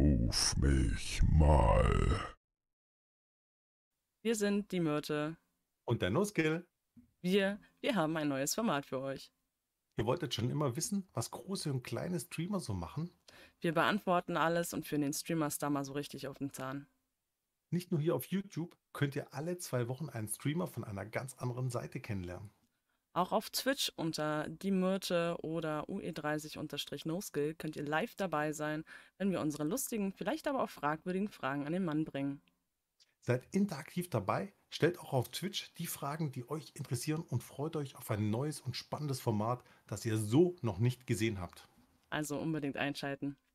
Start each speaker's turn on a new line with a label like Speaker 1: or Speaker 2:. Speaker 1: Ruf mich mal.
Speaker 2: Wir sind die Myrte.
Speaker 3: Und der No-Skill.
Speaker 2: Wir, wir haben ein neues Format für euch.
Speaker 3: Ihr wolltet schon immer wissen, was große und kleine Streamer so machen?
Speaker 2: Wir beantworten alles und führen den Streamer-Star mal so richtig auf den Zahn.
Speaker 3: Nicht nur hier auf YouTube könnt ihr alle zwei Wochen einen Streamer von einer ganz anderen Seite kennenlernen.
Speaker 2: Auch auf Twitch unter die Myrte oder UE30-NoSkill könnt ihr live dabei sein, wenn wir unsere lustigen, vielleicht aber auch fragwürdigen Fragen an den Mann bringen.
Speaker 3: Seid interaktiv dabei, stellt auch auf Twitch die Fragen, die euch interessieren und freut euch auf ein neues und spannendes Format, das ihr so noch nicht gesehen habt.
Speaker 2: Also unbedingt einschalten.